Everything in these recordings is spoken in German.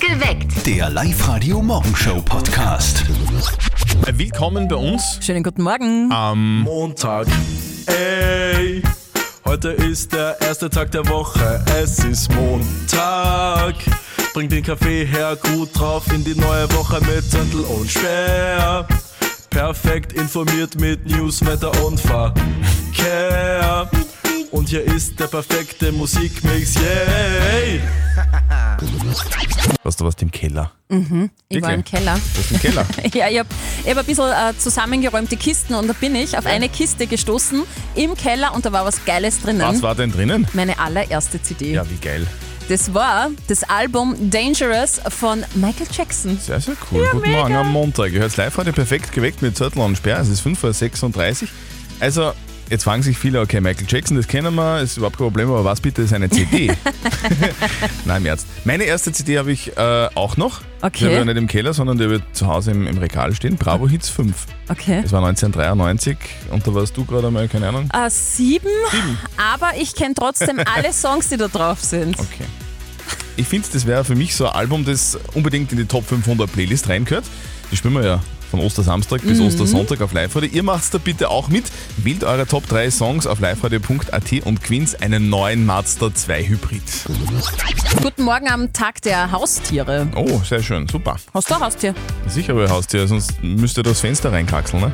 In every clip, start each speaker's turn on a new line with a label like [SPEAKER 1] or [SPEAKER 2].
[SPEAKER 1] Geweckt.
[SPEAKER 2] Der Live-Radio-Morgenshow-Podcast.
[SPEAKER 3] Willkommen bei uns.
[SPEAKER 4] Schönen guten Morgen.
[SPEAKER 3] Ah,
[SPEAKER 5] Montag. Ey, heute ist der erste Tag der Woche. Es ist Montag. Bring den Kaffee her, gut drauf in die neue Woche mit Zettel und Sperr. Perfekt informiert mit News, Wetter und Verkehr. Und hier ist der perfekte Musikmix, yay!
[SPEAKER 3] Was du warst im Keller.
[SPEAKER 4] ich war im
[SPEAKER 3] Wirklich?
[SPEAKER 4] Keller.
[SPEAKER 3] Du warst im Keller.
[SPEAKER 4] Ja, ich habe hab ein bisschen äh, zusammengeräumte Kisten und da bin ich auf eine Kiste gestoßen im Keller und da war was Geiles drinnen.
[SPEAKER 3] Was war denn drinnen?
[SPEAKER 4] Meine allererste CD.
[SPEAKER 3] Ja, wie geil.
[SPEAKER 4] Das war das Album Dangerous von Michael Jackson.
[SPEAKER 3] Sehr, sehr cool. Guten
[SPEAKER 4] mega.
[SPEAKER 3] Morgen am Montag. Ihr hört live heute perfekt geweckt mit Zettel und Sperr. Es ist 5.36 Uhr. Also, jetzt fragen sich viele, okay, Michael Jackson, das kennen wir, ist überhaupt kein Problem, aber was bitte ist eine CD? Nein, im Ernst. Meine erste CD habe ich äh, auch noch.
[SPEAKER 4] Okay.
[SPEAKER 3] Die habe ich nicht im Keller, sondern die habe ich zu Hause im, im Regal stehen. Bravo Hits 5.
[SPEAKER 4] Okay.
[SPEAKER 3] Das war 1993 und da warst du gerade einmal, keine Ahnung.
[SPEAKER 4] Äh, sieben, aber ich kenne trotzdem alle Songs, die da drauf sind.
[SPEAKER 3] Okay. Ich finde, das wäre für mich so ein Album, das unbedingt in die Top 500 Playlist reingehört. Die spielen wir ja von Ostersamstag bis Ostersonntag auf Live-Radio. Ihr macht's da bitte auch mit. Wählt eure Top 3 Songs auf liveradio.at und gewinnt einen neuen Mazda 2 Hybrid.
[SPEAKER 4] Guten Morgen am Tag der Haustiere.
[SPEAKER 3] Oh, sehr schön, super.
[SPEAKER 4] Hast du ein Haustier?
[SPEAKER 3] Sicher euer Haustier, sonst müsst ihr das Fenster reinkraxeln, ne?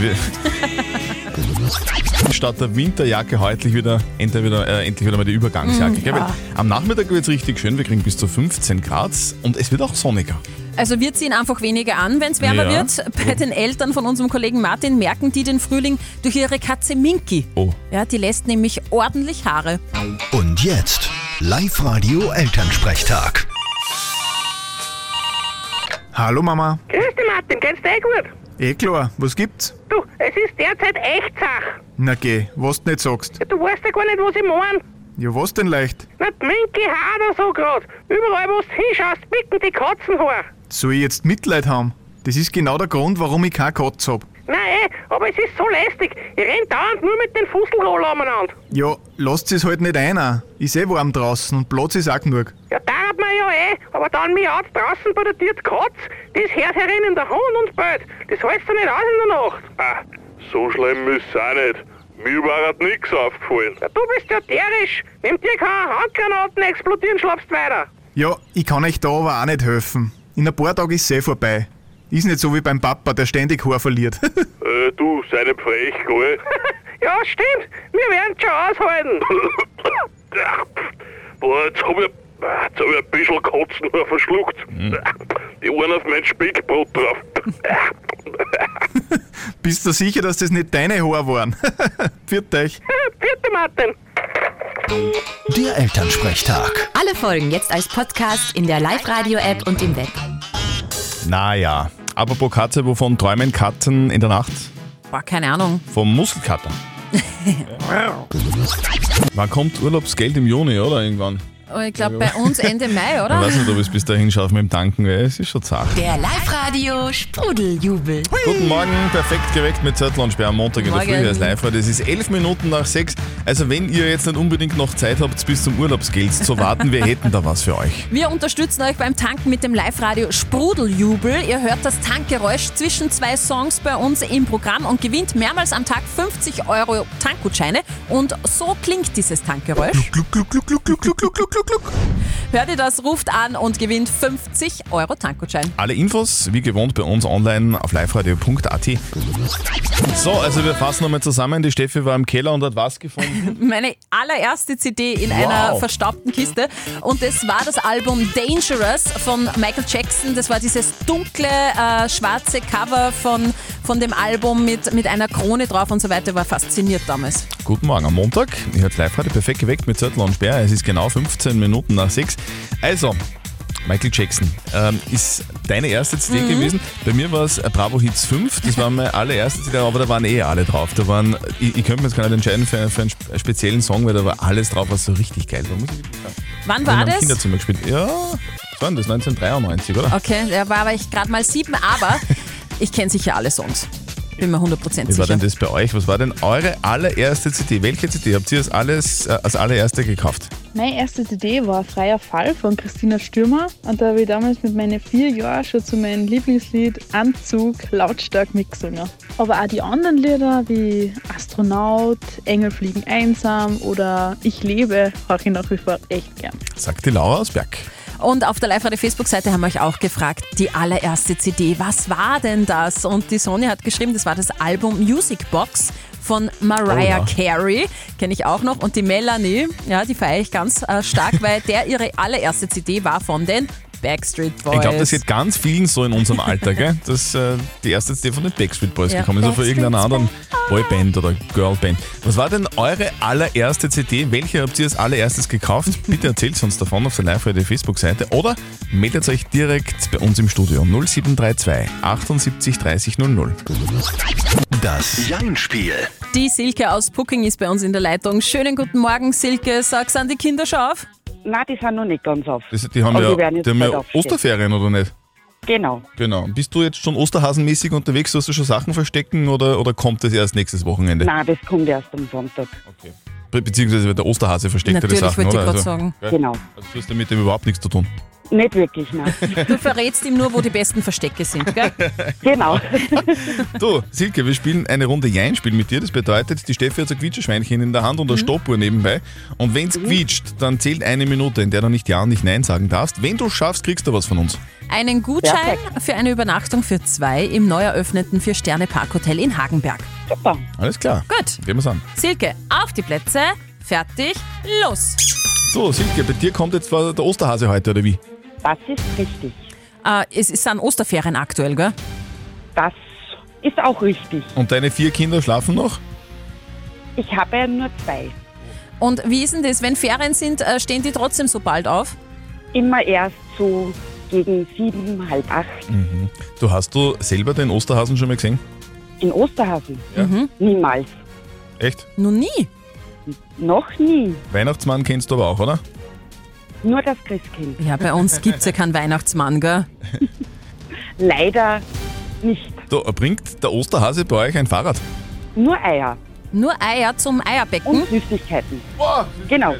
[SPEAKER 3] Wir- Statt der Winterjacke heute wieder, endlich wieder, äh, endlich wieder mal die Übergangsjacke. gell? Weil Am Nachmittag wird es richtig schön, wir kriegen bis zu 15 Grad und es wird auch sonniger.
[SPEAKER 4] Also wir ziehen einfach weniger an, wenn es wärmer
[SPEAKER 3] Ja.
[SPEAKER 4] wird. Bei den Eltern von unserem Kollegen Martin merken die den Frühling durch ihre Katze Minky.
[SPEAKER 3] Oh.
[SPEAKER 4] Ja, die lässt nämlich ordentlich Haare.
[SPEAKER 2] Und jetzt Live-Radio Elternsprechtag.
[SPEAKER 6] Hallo Mama.
[SPEAKER 7] Grüß dich, Martin, geht's dir eh gut?
[SPEAKER 6] Eh klar, was gibt's?
[SPEAKER 7] Du, es ist derzeit echt Sache.
[SPEAKER 6] Na geh, was du nicht sagst.
[SPEAKER 7] Du weißt ja gar nicht, was ich meine.
[SPEAKER 6] Ja, was denn leicht?
[SPEAKER 7] Na, die Minky hader so grad. Überall, wo du hinschaust, bicken die Katzenhaar.
[SPEAKER 6] Soll ich jetzt Mitleid haben? Das ist genau der Grund, warum ich keine Katze hab.
[SPEAKER 7] Na eh, aber es ist so lästig. Ich renn dauernd nur mit den Fusselrollen umeinander.
[SPEAKER 6] Ja, lasst es halt nicht ein. auch. Ist eh warm draußen und Platz ist auch genug.
[SPEAKER 7] Ja, dauert mir ja eh, aber dann miaut draußen bei der Tür die Katz. Das hört herinnen der Hund und bellt. Das heißt ja nicht aus in der Nacht.
[SPEAKER 8] Ah, so schlimm ist es auch nicht. Mir war halt nix aufgefallen.
[SPEAKER 7] Ja, du bist ja tierisch. Nimm dir keine Handgranaten, explodieren, schlappst weiter.
[SPEAKER 6] Ja, ich kann euch da aber auch nicht helfen. In ein paar Tagen ist eh vorbei. Ist nicht so wie beim Papa, der ständig Haar verliert.
[SPEAKER 8] Äh, du, sei nicht frech, gell?
[SPEAKER 7] Ja, stimmt. Wir werden's schon aushalten.
[SPEAKER 8] Ach, pff, Boah, jetzt hab ich, ah, jetzt hab ich ein bisschen Katzen verschluckt. Die waren auf mein Speckbrot drauf.
[SPEAKER 6] Bist du sicher, dass das nicht deine Haar waren? Pfiat euch.
[SPEAKER 7] Vierte Martin.
[SPEAKER 2] Der Elternsprechtag.
[SPEAKER 9] Alle Folgen jetzt als Podcast in der Live-Radio-App und im Web.
[SPEAKER 3] Naja, apropos Katze, wovon träumen Katzen in der Nacht?
[SPEAKER 4] Boah, keine Ahnung.
[SPEAKER 3] Vom Muskelkater. Wann kommt Urlaubsgeld im Juni, oder? Irgendwann.
[SPEAKER 4] Aber Oh, Ich glaube, bei uns Ende Mai,
[SPEAKER 3] Ich
[SPEAKER 4] oder?
[SPEAKER 3] weiß nicht, ob ich es bis dahin schaffe mit dem Danken, weil es ist schon zart.
[SPEAKER 9] Der Live-Radio Sprudeljubel.
[SPEAKER 3] Guten Morgen, perfekt geweckt mit Zettel und Sperr am Montag in der Früh.
[SPEAKER 4] Morgen.
[SPEAKER 3] Hier ist live heute. Es ist elf Minuten nach sechs. Also wenn ihr jetzt nicht unbedingt noch Zeit habt, bis zum Urlaubsgeld zu warten, wir hätten da was für euch.
[SPEAKER 4] Wir unterstützen euch beim Tanken mit dem Live-Radio Sprudeljubel. Ihr hört das Tankgeräusch zwischen zwei Songs bei uns im Programm und gewinnt mehrmals am Tag 50 Euro Tankgutscheine. Und so klingt dieses Tankgeräusch.
[SPEAKER 3] Gluck, gluck, gluck, gluck, gluck, gluck, gluck, gluck, gluck, gluck.
[SPEAKER 4] Hört ihr das, ruft an und gewinnt 50 Euro Tankgutschein.
[SPEAKER 3] Alle Infos, wie gewohnt, bei uns online auf liveradio.at. So, also wir fassen nochmal zusammen. Die Steffi war im Keller und hat was gefunden.
[SPEAKER 4] meine allererste CD in einer verstaubten Kiste. Und das war das Album Dangerous von Michael Jackson. Das war dieses dunkle, äh, schwarze Cover von, von dem Album mit, mit einer Krone drauf und so weiter. War fasziniert damals.
[SPEAKER 3] Guten Morgen am Montag. Ihr hört live heute perfekt geweckt mit Zettel und Sperr. Es ist genau 15 Minuten nach sechs. Also, Michael Jackson ähm, ist deine erste CD
[SPEAKER 4] Mhm.
[SPEAKER 3] gewesen. Bei mir war es Bravo Hits 5. Das war meine allererste CD, aber da waren eh alle drauf. Da waren, ich, ich könnte mir jetzt gar nicht entscheiden für, für einen sp- speziellen Song, weil da war alles drauf, was so richtig geil war. Muss ich wirklich sagen.
[SPEAKER 4] Wann
[SPEAKER 3] Wir
[SPEAKER 4] war
[SPEAKER 3] haben im
[SPEAKER 4] das? Ah,
[SPEAKER 3] Kinderzimmer gespielt. Ja, was war denn das? 1993, oder?
[SPEAKER 4] Okay, da war aber ich gerade mal sieben, aber ich kenne sicher alle Songs. Bin mir 100%
[SPEAKER 3] Wie war
[SPEAKER 4] sicher.
[SPEAKER 3] denn das bei euch? Was war denn eure allererste CD? Welche CD habt ihr als, alles, äh, als allererste gekauft?
[SPEAKER 10] Meine erste CD war Freier Fall von Christina Stürmer und da habe ich damals mit meinen vier Jahren schon zu meinem Lieblingslied Anzug lautstark mitgesungen. Aber auch die anderen Lieder wie Astronaut, Engel fliegen einsam oder Ich lebe höre ich nach wie vor echt gern.
[SPEAKER 3] Sagt die Laura aus Berg.
[SPEAKER 4] Und auf der Live-Radio-Facebook-Seite haben wir euch auch gefragt, die allererste CD, was war denn das? Und die Sonja hat geschrieben, das war das Album Music Box von Mariah
[SPEAKER 3] Oh ja.
[SPEAKER 4] Carey, kenne ich auch noch. Und die Melanie, ja, die feiere ich ganz äh, stark, weil der ihre allererste CD war von den Backstreet Boys.
[SPEAKER 3] Ich glaube, das geht ganz vielen so in unserem Alter, gell? dass äh, die erste CD von den Backstreet Boys
[SPEAKER 4] Ja.
[SPEAKER 3] gekommen ist oder von
[SPEAKER 4] Backstreet
[SPEAKER 3] irgendeiner anderen Boyband oder Girlband. Was war denn eure allererste CD? Welche habt ihr als allererstes gekauft? Bitte erzählt uns davon auf der live radio Facebook-Seite oder meldet euch direkt bei uns im Studio 0732 78 30 00.
[SPEAKER 2] Das Jein-Spiel.
[SPEAKER 4] Die Silke aus Pucking ist bei uns in der Leitung. Schönen guten Morgen, Silke. Sag's an die Kinder, schau auf.
[SPEAKER 7] Nein, die sind noch nicht ganz auf.
[SPEAKER 3] Das, die haben
[SPEAKER 7] Aber
[SPEAKER 3] ja,
[SPEAKER 7] die werden
[SPEAKER 3] die
[SPEAKER 7] jetzt
[SPEAKER 3] haben
[SPEAKER 7] bald
[SPEAKER 3] ja
[SPEAKER 7] aufstehen.
[SPEAKER 3] Osterferien, oder nicht?
[SPEAKER 7] Genau.
[SPEAKER 3] Genau. Bist du jetzt schon Osterhasenmäßig unterwegs? Sollst du schon Sachen verstecken oder, oder kommt das erst nächstes Wochenende?
[SPEAKER 7] Nein, das kommt erst am Sonntag.
[SPEAKER 3] Be beziehungsweise wird der Osterhase versteckt
[SPEAKER 4] Natürlich
[SPEAKER 3] oder Sachen,
[SPEAKER 4] wollte ich
[SPEAKER 3] oder?
[SPEAKER 4] gerade sagen.
[SPEAKER 3] gell?
[SPEAKER 7] Genau.
[SPEAKER 3] Also du hast damit dem überhaupt nichts zu tun.
[SPEAKER 7] Nicht wirklich, nein.
[SPEAKER 4] Du verrätst ihm nur, wo die besten Verstecke sind, gell?
[SPEAKER 7] genau.
[SPEAKER 3] Du, Silke, wir spielen eine Runde Jein-Spiel mit dir. Das bedeutet, die Steffi hat so ein Quietscheschweinchen in der Hand und eine
[SPEAKER 4] Mhm.
[SPEAKER 3] Stoppuhr nebenbei. Und wenn's quietscht, dann zählt eine Minute, in der du nicht Ja und nicht Nein sagen darfst. Wenn du schaffst, kriegst du was von uns.
[SPEAKER 4] Einen Gutschein
[SPEAKER 7] Perfekt.
[SPEAKER 4] für eine Übernachtung für zwei im neu eröffneten Vier-Sterne-Parkhotel in Hagenberg.
[SPEAKER 7] Super.
[SPEAKER 3] Alles klar.
[SPEAKER 4] Gut.
[SPEAKER 3] Gehen wir's an.
[SPEAKER 4] Silke, auf die Plätze, fertig, los!
[SPEAKER 3] So, Silke, bei dir kommt jetzt zwar der Osterhase heute, oder wie?
[SPEAKER 7] Das ist richtig.
[SPEAKER 4] Äh, es ist an Osterferien aktuell, gell?
[SPEAKER 7] Das ist auch richtig.
[SPEAKER 3] Und deine vier Kinder schlafen noch?
[SPEAKER 7] Ich habe ja nur zwei.
[SPEAKER 4] Und wie ist denn das, wenn Ferien sind, äh, stehen die trotzdem so bald auf?
[SPEAKER 7] Immer erst so gegen sieben, halb acht.
[SPEAKER 3] Du hast du selber den Osterhasen schon mal gesehen?
[SPEAKER 7] In Osterhasen? Niemals.
[SPEAKER 3] Echt?
[SPEAKER 4] Nun nie.
[SPEAKER 7] Noch nie.
[SPEAKER 3] Weihnachtsmann kennst du aber auch, oder?
[SPEAKER 7] Nur das Christkind.
[SPEAKER 4] Ja, bei uns gibt's ja keinen Weihnachtsmann, gell?
[SPEAKER 7] Leider nicht.
[SPEAKER 3] Du, bringt der Osterhase bei euch ein Fahrrad?
[SPEAKER 7] Nur Eier
[SPEAKER 4] Nur Eier zum
[SPEAKER 7] und
[SPEAKER 4] Eierbecken.
[SPEAKER 7] Süßigkeiten. Genau.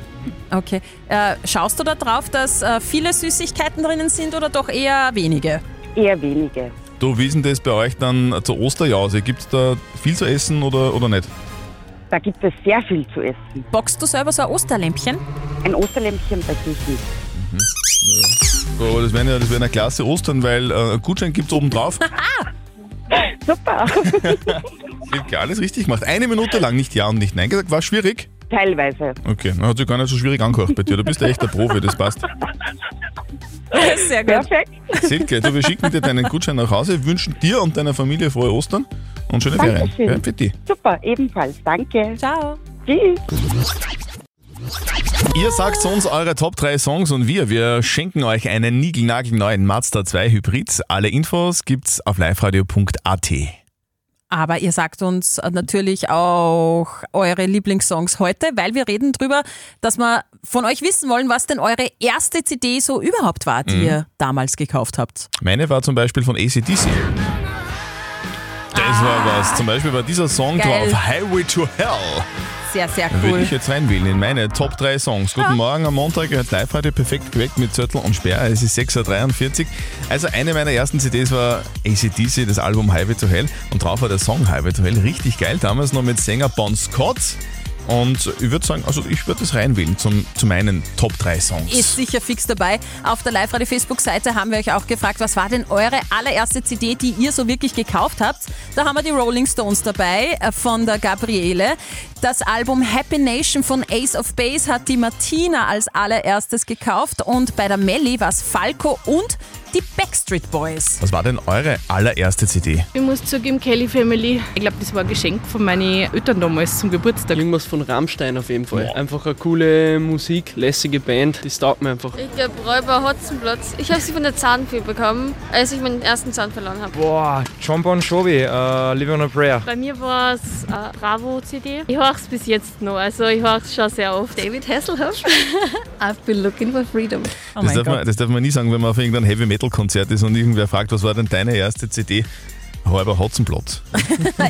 [SPEAKER 4] Okay. Äh, schaust du da drauf, dass äh, viele Süßigkeiten drinnen sind oder doch eher wenige?
[SPEAKER 7] Eher wenige.
[SPEAKER 3] Du, wie ist denn das bei euch dann zur Osterjause? Gibt es da viel zu essen oder, oder nicht?
[SPEAKER 7] Da gibt es sehr viel zu essen.
[SPEAKER 4] Bockst du selber so ein Osterlämpchen?
[SPEAKER 7] Ein Osterlämpchen bei ich nicht.
[SPEAKER 3] So, Aber Oh, das wären ja, das wären ja klasse Ostern, weil äh, einen Gutschein gibt es obendrauf.
[SPEAKER 7] Super.
[SPEAKER 3] Silke, alles richtig gemacht. Eine Minute lang nicht Ja und nicht Nein gesagt. War schwierig?
[SPEAKER 7] Teilweise.
[SPEAKER 3] Okay, dann hat sich gar nicht so schwierig angehört bei dir. Du bist ja echt der Profi, das passt.
[SPEAKER 4] Sehr gut.
[SPEAKER 7] Perfekt.
[SPEAKER 3] Silke, du, wir schicken dir deinen Gutschein nach Hause, wünschen dir und deiner Familie frohe Ostern und schöne Ferien.
[SPEAKER 7] Dankeschön.
[SPEAKER 3] Ja, für dich.
[SPEAKER 7] Super, ebenfalls. Danke.
[SPEAKER 4] Ciao.
[SPEAKER 7] Tschüss.
[SPEAKER 3] Ihr sagt uns eure Top 3 Songs und wir, wir schenken euch einen niegelnagelneuen Mazda 2 Hybrid. Alle Infos gibt's auf liveradio.at.
[SPEAKER 4] Aber ihr sagt uns äh, natürlich auch eure Lieblingssongs heute, weil wir reden drüber, dass wir von euch wissen wollen, was denn eure erste CD so überhaupt war,
[SPEAKER 3] Mhm.
[SPEAKER 4] die ihr damals gekauft habt.
[SPEAKER 3] Meine war zum Beispiel von ACDC. Das war
[SPEAKER 5] Ah.
[SPEAKER 3] was. Zum Beispiel war dieser Song
[SPEAKER 4] Geil.
[SPEAKER 3] drauf, Highway to Hell.
[SPEAKER 4] Sehr, sehr
[SPEAKER 3] Würde
[SPEAKER 4] cool.
[SPEAKER 3] ich jetzt reinwählen in meine Top 3 Songs.
[SPEAKER 5] Ah.
[SPEAKER 3] Guten Morgen am Montag, ihr hört live heute perfekt geweckt mit Zürtel und Sperr. Es ist 6.43 Uhr. Also eine meiner ersten CDs war ACDC, das Album Highway to Hell. Und drauf war der Song Highway to Hell. Richtig geil. Damals noch mit Sänger Bon Scott. Und ich würde sagen, also ich würde das reinwählen zum, zu meinen Top 3 Songs.
[SPEAKER 4] Ist sicher fix dabei. Auf der Live-Radio-Facebook-Seite haben wir euch auch gefragt, was war denn eure allererste CD, die ihr so wirklich gekauft habt? Da haben wir die Rolling Stones dabei äh, von der Gabriele. Das Album Happy Nation von Ace of Base hat die Martina als allererstes gekauft und bei der Melli war es Falco und die Backstreet Boys.
[SPEAKER 3] Was war denn eure allererste
[SPEAKER 4] Oh
[SPEAKER 3] CD?
[SPEAKER 10] Ich muss zugeben, Kelly Family, ich glaube, das war ein Geschenk von meinen Eltern damals zum Geburtstag.
[SPEAKER 5] Irgendwas von Rammstein auf jeden Fall. Einfach eine coole Musik, lässige Band, das taugt mir einfach.
[SPEAKER 10] Ich glaube, Räuber Hotzenplotz. Ich habe sie von der Zahnfee bekommen, als ich meinen ersten Zahn verloren habe.
[SPEAKER 5] Boah, John Bon Jovi, uh, Live on a Prayer.
[SPEAKER 10] Bei mir war es äh, Bravo-CD. Ich höre es bis jetzt noch, also ich höre es schon sehr oft. David Hasselhoff. I've been looking for freedom.
[SPEAKER 4] Oh
[SPEAKER 3] Das
[SPEAKER 4] mein
[SPEAKER 3] darf,
[SPEAKER 4] Gott.
[SPEAKER 3] man, das darf man nie sagen, wenn man auf irgendeinem Heavy-Metal-Konzert ist und irgendwer fragt, was war denn deine erste CD? halber Hotzenplotz.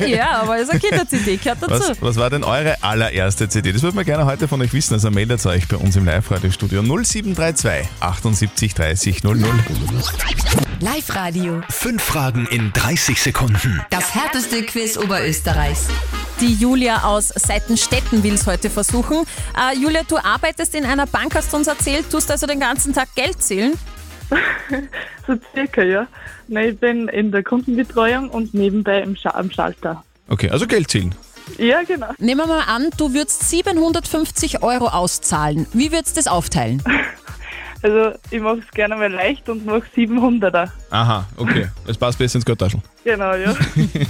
[SPEAKER 4] ja, aber ist eine Kinder-CD, gehört dazu.
[SPEAKER 3] Was, was war denn eure allererste CD? Das würden wir gerne heute von euch wissen. Also meldet euch bei uns im Live-Radio-Studio 0732 78 30 00.
[SPEAKER 9] Live-Radio.
[SPEAKER 2] Fünf Fragen in 30 Sekunden.
[SPEAKER 9] Das härteste Quiz Oberösterreichs.
[SPEAKER 4] Die Julia aus Seitenstetten will es heute versuchen. Äh, Julia, du arbeitest in einer Bank, hast du uns erzählt, tust also den ganzen Tag Geld zählen.
[SPEAKER 11] So circa, ja. Nein, ich bin in der Kundenbetreuung und nebenbei im Scha am Schalter.
[SPEAKER 3] Okay, also Geld ziehen.
[SPEAKER 11] Ja, genau.
[SPEAKER 4] Nehmen wir mal an, du würdest 750 Euro auszahlen. Wie würdest du das aufteilen?
[SPEAKER 11] Also ich mache es gerne mal leicht und mache 700er.
[SPEAKER 3] Aha, okay. Das passt besser ins Geldtaschel.
[SPEAKER 11] Genau, ja.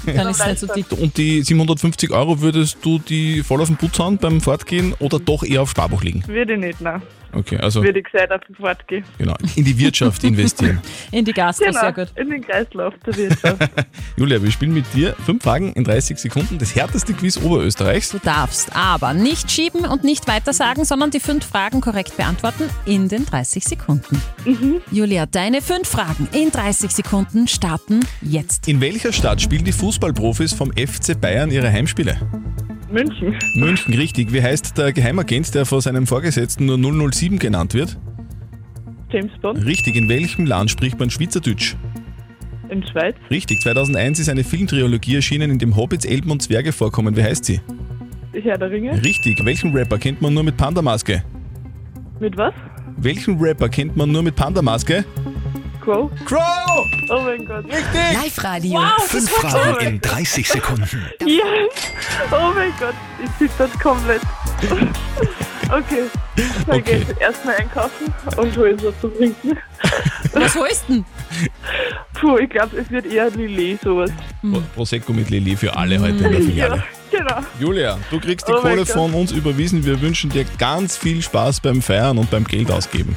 [SPEAKER 4] Dann ist es also nicht so dick.
[SPEAKER 3] Und die 750 Euro würdest du die voll auf den Putz hauen beim Fortgehen oder doch eher auf Sparbuch liegen?
[SPEAKER 11] Würde ich nicht, nein.
[SPEAKER 3] Okay, also
[SPEAKER 11] Würde ich gescheit auf den Fahrt gehen.
[SPEAKER 3] genau. In die Wirtschaft investieren.
[SPEAKER 4] In die Gastro,
[SPEAKER 11] Genau,
[SPEAKER 4] sehr gut.
[SPEAKER 11] in den Kreislauf der Wirtschaft.
[SPEAKER 3] Julia, wir spielen mit dir fünf Fragen in 30 Sekunden das härteste Quiz Oberösterreichs.
[SPEAKER 4] Du darfst aber nicht schieben und nicht weitersagen, sondern die fünf Fragen korrekt beantworten in den 30 Sekunden.
[SPEAKER 11] Mhm.
[SPEAKER 4] Julia, deine fünf Fragen in 30 Sekunden starten jetzt.
[SPEAKER 3] In welcher Stadt spielen die Fußballprofis vom FC Bayern ihre Heimspiele?
[SPEAKER 11] München,
[SPEAKER 3] München, richtig. Wie heißt der Geheimagent, der vor seinem Vorgesetzten nur 007 genannt wird?
[SPEAKER 11] James Bond,
[SPEAKER 3] Richtig. In welchem Land spricht man Schweizerdeutsch?
[SPEAKER 11] in Schweiz,
[SPEAKER 3] Richtig. 2001 ist eine Filmtrilogie erschienen, in dem Hobbits, Elben und Zwerge vorkommen. Wie heißt sie?
[SPEAKER 11] Herr der Ringe.
[SPEAKER 3] Richtig. Welchen Rapper kennt man nur mit Pandamaske?
[SPEAKER 11] Mit was?
[SPEAKER 3] Welchen Rapper kennt man nur mit Pandamaske?
[SPEAKER 11] Crow?
[SPEAKER 3] Crow!
[SPEAKER 11] Oh mein Gott.
[SPEAKER 9] Live-Radio.
[SPEAKER 2] Fünf Fragen in 30 Sekunden.
[SPEAKER 11] Ja. Oh mein Gott, ich zieh das komplett. Okay, dann gehe
[SPEAKER 3] Okay.
[SPEAKER 11] ich erstmal einkaufen und hol was zu trinken.
[SPEAKER 4] Was holst denn?
[SPEAKER 11] Puh, ich glaube, es wird eher Lillet sowas.
[SPEAKER 3] Pro- Prosecco mit Lilly für alle heute in der Filiale.
[SPEAKER 11] Ja, genau.
[SPEAKER 3] Julia, du kriegst die
[SPEAKER 11] Oh mein
[SPEAKER 3] Kohle
[SPEAKER 11] Gott.
[SPEAKER 3] von uns überwiesen. Wir wünschen dir ganz viel Spaß beim Feiern und beim Geld ausgeben.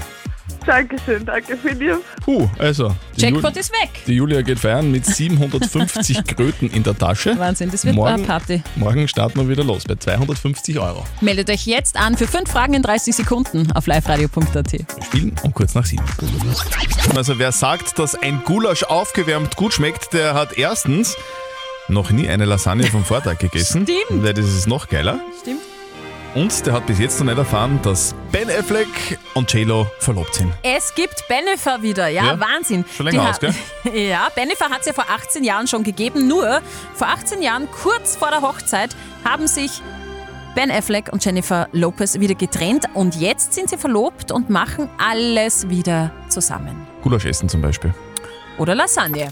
[SPEAKER 11] Dankeschön, danke für dir.
[SPEAKER 3] Puh, also. die
[SPEAKER 4] Jackpot
[SPEAKER 3] Jul-
[SPEAKER 4] ist weg.
[SPEAKER 3] Die Julia geht feiern mit 750 Kröten in der Tasche.
[SPEAKER 4] Wahnsinn, das wird
[SPEAKER 3] morgen,
[SPEAKER 4] eine Party.
[SPEAKER 3] Morgen starten wir wieder los bei 250 Euro.
[SPEAKER 4] Meldet euch jetzt an für fünf Fragen in 30 Sekunden auf liveradio.at.
[SPEAKER 3] Wir spielen um kurz nach sieben. Also wer sagt, dass ein Gulasch aufgewärmt gut schmeckt, der hat erstens noch nie eine Lasagne vom Vortag gegessen.
[SPEAKER 4] Stimmt.
[SPEAKER 3] Weil das ist noch geiler.
[SPEAKER 4] Stimmt.
[SPEAKER 3] Und der hat bis jetzt noch nicht erfahren, dass Ben Affleck und JLo verlobt sind.
[SPEAKER 4] Es gibt Benefer wieder, ja,
[SPEAKER 3] Ja,
[SPEAKER 4] Wahnsinn.
[SPEAKER 3] schon länger
[SPEAKER 4] Die ha-
[SPEAKER 3] aus, gell?
[SPEAKER 4] Ja, Benefer hat es ja vor 18 Jahren schon gegeben, nur vor 18 Jahren, kurz vor der Hochzeit, haben sich Ben Affleck und Jennifer Lopez wieder getrennt und jetzt sind sie verlobt und machen alles wieder zusammen.
[SPEAKER 3] Gulasch essen zum Beispiel.
[SPEAKER 4] Oder Lasagne.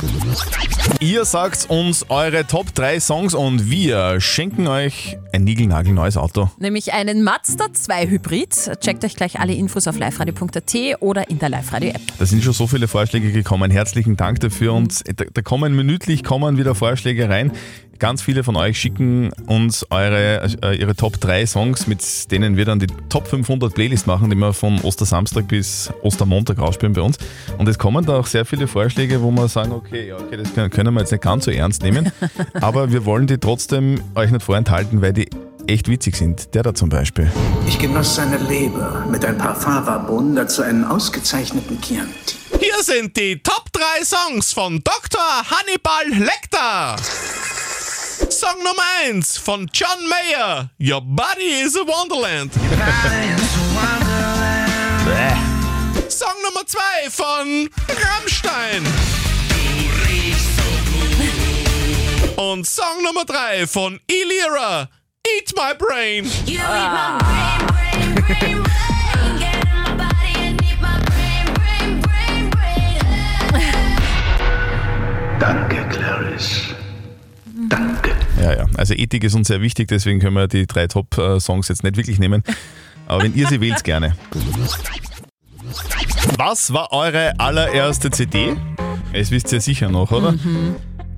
[SPEAKER 3] Ihr sagt uns eure Top 3 Songs und wir schenken euch ein niegelnagelneues Auto.
[SPEAKER 4] Nämlich einen Mazda 2 Hybrid. Checkt euch gleich alle Infos auf liveradio.at oder in der Live-Radio-App.
[SPEAKER 3] Da sind schon so viele Vorschläge gekommen. Herzlichen Dank dafür. Und da, da kommen minütlich kommen wieder Vorschläge rein. Ganz viele von euch schicken uns eure, äh, ihre Top 3 Songs, mit denen wir dann die Top 500 Playlist machen, die wir von Ostersamstag bis Ostermontag ausspielen bei uns. Und es kommen da auch sehr viele Vorschläge, wo wir sagen, okay, ja, okay, das können- können wir jetzt nicht ganz so ernst nehmen, aber wir wollen die trotzdem euch nicht vorenthalten, weil die echt witzig sind. Der da zum Beispiel.
[SPEAKER 12] Ich genoss seine Leber mit ein paar Fava-Bohnen, dazu einen ausgezeichneten Chianti.
[SPEAKER 3] Hier sind die Top 3 Songs von Dr. Hannibal Lecter. Song Nummer 1 von John Mayer. Your body is a wonderland. Bäh. Song Nummer 2 von Rammstein. Und Song Nummer 3 von Illyra. Eat my brain.
[SPEAKER 12] Danke, Clarice. Danke.
[SPEAKER 3] Ja, ja. Also Ethik ist uns sehr wichtig, deswegen können wir die drei Top-Songs jetzt nicht wirklich nehmen. Aber wenn ihr sie wählt, gerne. Was war eure allererste CD? Es wisst ihr sicher noch, oder?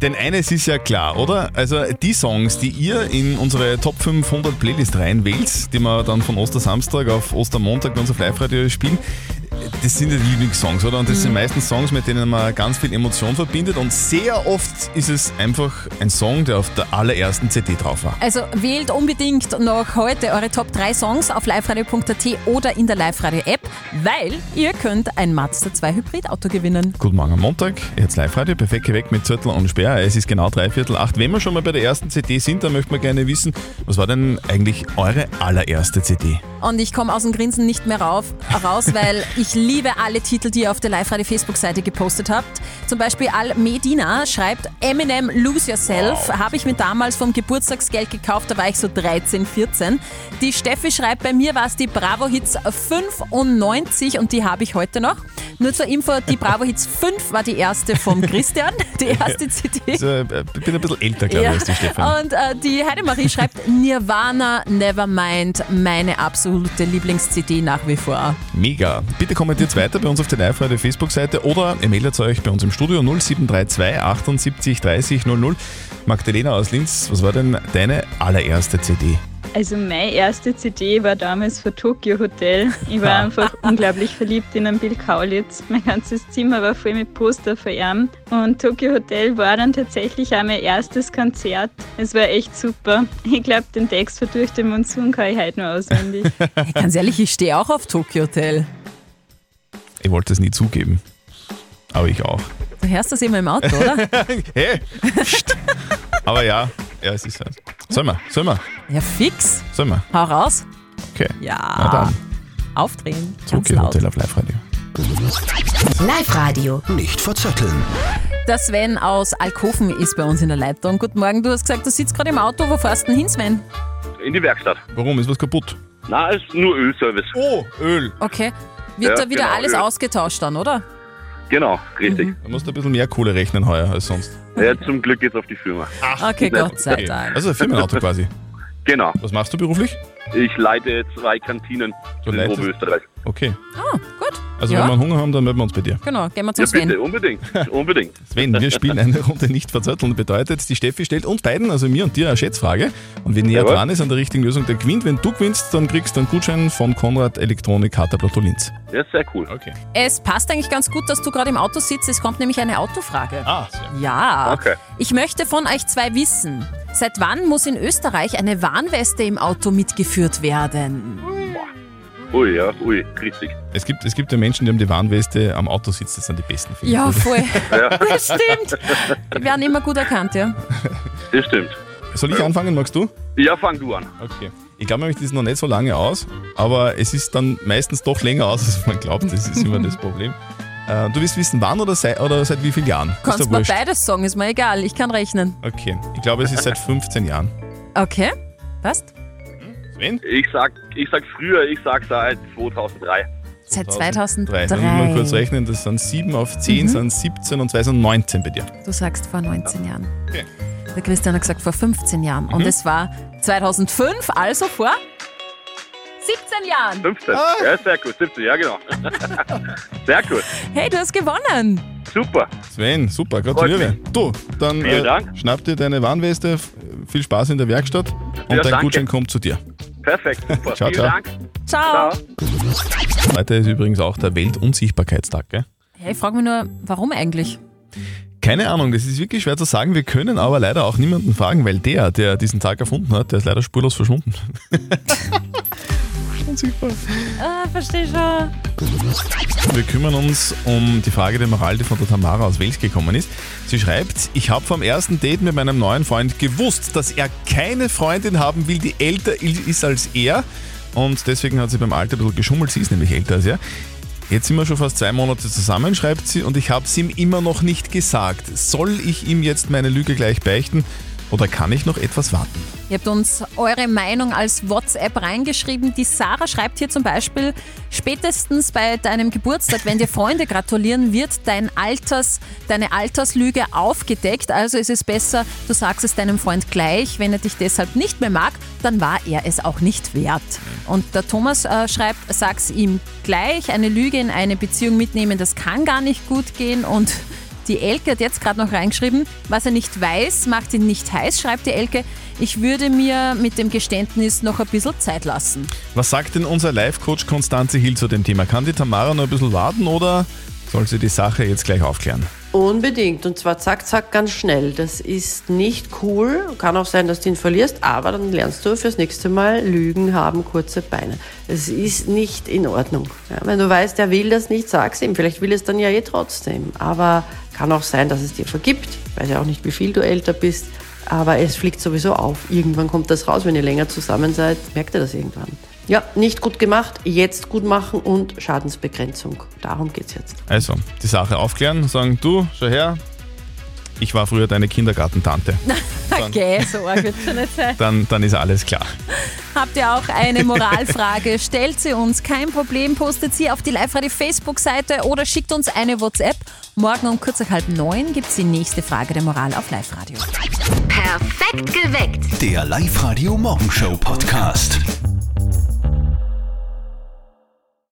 [SPEAKER 3] Denn eines ist ja klar, oder? Also die Songs, die ihr in unsere Top 500 Playlist reinwählt, die wir dann von Ostersamstag auf Ostermontag bei uns auf Live-Radio spielen, das sind ja die Lieblingssongs, oder? Und das sind meistens Songs, mit denen man ganz viel Emotion verbindet. Und sehr oft ist es einfach ein Song, der auf der allerersten CD drauf war.
[SPEAKER 4] Also wählt unbedingt noch heute eure Top 3 Songs auf liveradio.at oder in der Live-Radio-App, weil ihr könnt ein Mazda 2 Hybrid-Auto gewinnen.
[SPEAKER 3] Guten Morgen am Montag, jetzt Live-Radio, perfekt geweckt mit Zettel und Sperr. Es ist genau drei Viertel acht. Wenn wir schon mal bei der ersten CD sind, dann möchten wir gerne wissen, was war denn eigentlich eure allererste CD?
[SPEAKER 4] Und ich komme aus dem Grinsen nicht mehr rauf, raus, weil ich liebe alle Titel, die ihr auf der Live-Radio-Facebook-Seite gepostet habt. Zum Beispiel Al-Medina schreibt, Eminem Lose Yourself habe ich mir damals vom Geburtstagsgeld gekauft, da war ich so 13, 14. Die Steffi schreibt, bei mir war es die Bravo Hits 95 und die habe ich heute noch. Nur zur Info, die Bravo Hits 5 war die erste vom Christian, die erste CD.
[SPEAKER 3] Also, äh, bin ein bisschen älter, glaube ich, als die Stefan.
[SPEAKER 4] Und äh, die Heidemarie schreibt Nirvana Nevermind, meine absolute Lieblings-CD nach wie vor.
[SPEAKER 3] Mega. Bitte kommentiert weiter bei uns auf der live radio Facebook-Seite oder ihr meldet euch bei uns im Studio 0732 78 30 00. Magdalena aus Linz, was war denn deine allererste CD?
[SPEAKER 13] Also meine erste CD war damals von Tokyo Hotel. Ich war einfach unglaublich verliebt in einen Bill Kaulitz. Mein ganzes Zimmer war voll mit Poster von ihm. Und Tokyo Hotel war dann tatsächlich auch mein erstes Konzert. Es war echt super. Ich glaube, den Text von Durch den Monsun kann ich heute noch auswendig.
[SPEAKER 4] Hey, ganz ehrlich, ich stehe auch auf Tokyo Hotel.
[SPEAKER 3] Ich wollte es nie zugeben. Aber ich auch.
[SPEAKER 4] Du hörst das immer im Auto, oder?
[SPEAKER 3] hey! Psst. Aber ja, ja, es ist halt. Sollen wir, sollen wir,
[SPEAKER 4] Ja, fix.
[SPEAKER 3] sollen wir.
[SPEAKER 4] Hau raus.
[SPEAKER 3] Okay. Na
[SPEAKER 4] Ja.
[SPEAKER 3] dann.
[SPEAKER 4] Aufdrehen. Ganz
[SPEAKER 3] Tokyo
[SPEAKER 4] laut.
[SPEAKER 3] Hotel auf Live-Radio.
[SPEAKER 9] Live-Radio.
[SPEAKER 2] Nicht verzetteln.
[SPEAKER 4] Der Sven aus Alkoven ist bei uns in der Leitung. Guten Morgen, du hast gesagt, du sitzt gerade im Auto. Wo fährst du denn hin, Sven?
[SPEAKER 8] In die Werkstatt.
[SPEAKER 3] Warum? Ist was kaputt?
[SPEAKER 8] Nein, ist nur Ölservice.
[SPEAKER 3] Oh, Öl.
[SPEAKER 4] Okay. Wird
[SPEAKER 8] Ja,
[SPEAKER 4] da wieder
[SPEAKER 8] genau,
[SPEAKER 4] alles
[SPEAKER 8] ja.
[SPEAKER 4] ausgetauscht dann, oder?
[SPEAKER 8] Genau, richtig.
[SPEAKER 3] Da musst du ein bisschen mehr Kohle rechnen heuer als sonst.
[SPEAKER 8] Ja, zum Glück geht's auf die Firma.
[SPEAKER 4] okay, Gott sei
[SPEAKER 3] Okay.
[SPEAKER 4] Dank.
[SPEAKER 3] Also ein Firmenauto quasi.
[SPEAKER 8] Genau.
[SPEAKER 3] Was machst du beruflich?
[SPEAKER 8] Ich leite zwei Kantinen
[SPEAKER 3] Du
[SPEAKER 8] in
[SPEAKER 3] leitest-
[SPEAKER 8] Oberösterreich.
[SPEAKER 3] Okay.
[SPEAKER 4] Ah, gut.
[SPEAKER 3] Also
[SPEAKER 4] ja.
[SPEAKER 3] wenn wir Hunger haben, dann melden wir uns bei dir.
[SPEAKER 4] Genau, gehen wir zum
[SPEAKER 8] Ja,
[SPEAKER 4] Sven.
[SPEAKER 8] bitte, unbedingt. Unbedingt.
[SPEAKER 3] Sven, wir spielen eine Runde nicht verzötteln. Bedeutet, die Steffi stellt uns beiden, also mir und dir, eine Schätzfrage. Und wer näher
[SPEAKER 8] Jawohl.
[SPEAKER 3] dran ist an der richtigen Lösung, der gewinnt. Wenn du gewinnst, dann kriegst du einen Gutschein von Konrad Elektronik Harter Plateau Linz.
[SPEAKER 8] Ja, sehr cool.
[SPEAKER 3] Okay.
[SPEAKER 4] Es passt eigentlich ganz gut, dass du gerade im Auto sitzt. Es kommt nämlich eine Autofrage.
[SPEAKER 3] Ah, sehr.
[SPEAKER 4] Ja.
[SPEAKER 8] Okay.
[SPEAKER 4] Ich möchte von euch zwei wissen, seit wann muss in Österreich eine Warnweste im Auto mitgeführt werden?
[SPEAKER 8] Ui, ja, ui, richtig.
[SPEAKER 3] Es gibt, es gibt ja Menschen, die haben die Warnweste am Auto sitzen, das sind die besten. finde ich.
[SPEAKER 4] Ja, voll.
[SPEAKER 8] Ja,
[SPEAKER 4] Das stimmt. Die werden immer gut erkannt, ja.
[SPEAKER 8] das stimmt.
[SPEAKER 3] Soll ich anfangen, magst du?
[SPEAKER 8] Ja, fang du an.
[SPEAKER 3] Okay. Ich glaube nämlich, das ist noch nicht so lange aus, aber es ist dann meistens doch länger aus, als man glaubt. Das ist immer das Problem. Äh, du willst wissen, wann oder seit, oder seit wie vielen Jahren? Ist
[SPEAKER 4] Kannst
[SPEAKER 3] dir
[SPEAKER 4] mir
[SPEAKER 3] wurscht.
[SPEAKER 4] beides sagen, ist mir egal. Ich kann rechnen.
[SPEAKER 3] Okay. Ich glaube, es ist seit 15 Jahren.
[SPEAKER 4] Okay, passt.
[SPEAKER 3] Sven?
[SPEAKER 8] Ich sag, ich sag früher, ich sag seit 2003.
[SPEAKER 4] Seit
[SPEAKER 3] 2003. Dann muss man kurz
[SPEAKER 4] 2003.
[SPEAKER 3] rechnen, das sind 7 auf 10, sind 17 und 2 sind 19 bei dir.
[SPEAKER 4] Du sagst vor 19 Jahren.
[SPEAKER 3] Okay.
[SPEAKER 4] Der Christian hat gesagt vor 15 Jahren. Und es war 2005, also vor 17 Jahren.
[SPEAKER 8] 15. Ja, sehr gut. 17, ja, genau. sehr gut.
[SPEAKER 4] Hey, du hast gewonnen.
[SPEAKER 8] Super.
[SPEAKER 3] Sven, super, gratuliere. Du, dann äh,
[SPEAKER 8] Vielen Dank.
[SPEAKER 3] schnapp dir deine Warnweste, f- viel Spaß in der Werkstatt und
[SPEAKER 8] Ja,
[SPEAKER 3] dein
[SPEAKER 8] danke.
[SPEAKER 3] Gutschein kommt zu dir.
[SPEAKER 8] Perfekt. Super.
[SPEAKER 3] Ciao,
[SPEAKER 8] Vielen
[SPEAKER 3] ciao.
[SPEAKER 8] Dank.
[SPEAKER 4] Ciao.
[SPEAKER 3] Heute ist übrigens auch der Weltunsichtbarkeitstag, gell?
[SPEAKER 4] Hey, ich frage mich nur, warum eigentlich?
[SPEAKER 3] Keine Ahnung, das ist wirklich schwer zu sagen. Wir können aber leider auch niemanden fragen, weil der, der diesen Tag erfunden hat, der ist leider spurlos verschwunden. Unsichtbar.
[SPEAKER 4] Ah, verstehe schon.
[SPEAKER 3] Wir kümmern uns um die Frage der Moral, die von der Tamara aus Wels gekommen ist. Sie schreibt, ich habe vom ersten Date mit meinem neuen Freund gewusst, dass er keine Freundin haben will, die älter i- ist als er. Und deswegen hat sie beim Alter ein bisschen geschummelt, sie ist nämlich älter als er. Jetzt sind wir schon fast zwei Monate zusammen, schreibt sie, und ich habe es ihm immer noch nicht gesagt. Soll ich ihm jetzt meine Lüge gleich beichten oder kann ich noch etwas warten?
[SPEAKER 4] Ihr habt uns eure Meinung als WhatsApp reingeschrieben. Die Sarah schreibt hier zum Beispiel, spätestens bei deinem Geburtstag, wenn dir Freunde gratulieren, wird dein Alters, deine Alterslüge aufgedeckt. Also ist es besser, du sagst es deinem Freund gleich. Wenn er dich deshalb nicht mehr mag, dann war er es auch nicht wert. Und der Thomas äh, schreibt, sag's ihm gleich. Eine Lüge in eine Beziehung mitnehmen, das kann gar nicht gut gehen. Und Die Elke hat jetzt gerade noch reingeschrieben, was er nicht weiß, macht ihn nicht heiß, schreibt die Elke. Ich würde mir mit dem Geständnis noch ein bisschen Zeit lassen.
[SPEAKER 3] Was sagt denn unser Live-Coach Konstanze Hill zu dem Thema? Kann die Tamara noch ein bisschen warten oder soll sie die Sache jetzt gleich aufklären?
[SPEAKER 10] Unbedingt. Und zwar zack, zack, ganz schnell. Das ist nicht cool. Kann auch sein, dass du ihn verlierst, aber dann lernst du fürs nächste Mal Lügen haben kurze Beine. Es ist nicht in Ordnung. Ja, wenn du weißt, er will das nicht, sag's ihm. Vielleicht will es dann ja eh trotzdem. Aber kann auch sein, dass es dir vergibt. Weiß ja auch nicht, wie viel du älter bist. Aber es fliegt sowieso auf. Irgendwann kommt das raus. Wenn ihr länger zusammen seid, merkt ihr das irgendwann. Ja, nicht gut gemacht, jetzt gut machen und Schadensbegrenzung. Darum geht's jetzt.
[SPEAKER 3] Also, die Sache aufklären, sagen, du, schau her, ich war früher deine Kindergartentante.
[SPEAKER 4] Okay, so arg wird's schon nicht sein.
[SPEAKER 3] Dann, dann ist alles klar.
[SPEAKER 4] Habt ihr auch eine Moralfrage? Stellt sie uns, kein Problem. Postet sie auf die Live-Radio Facebook-Seite oder schickt uns eine WhatsApp. Morgen um kurz nach halb neun gibt's die nächste Frage der Moral auf Live-Radio.
[SPEAKER 9] Perfekt geweckt.
[SPEAKER 2] Der Live-Radio Morgenshow Podcast.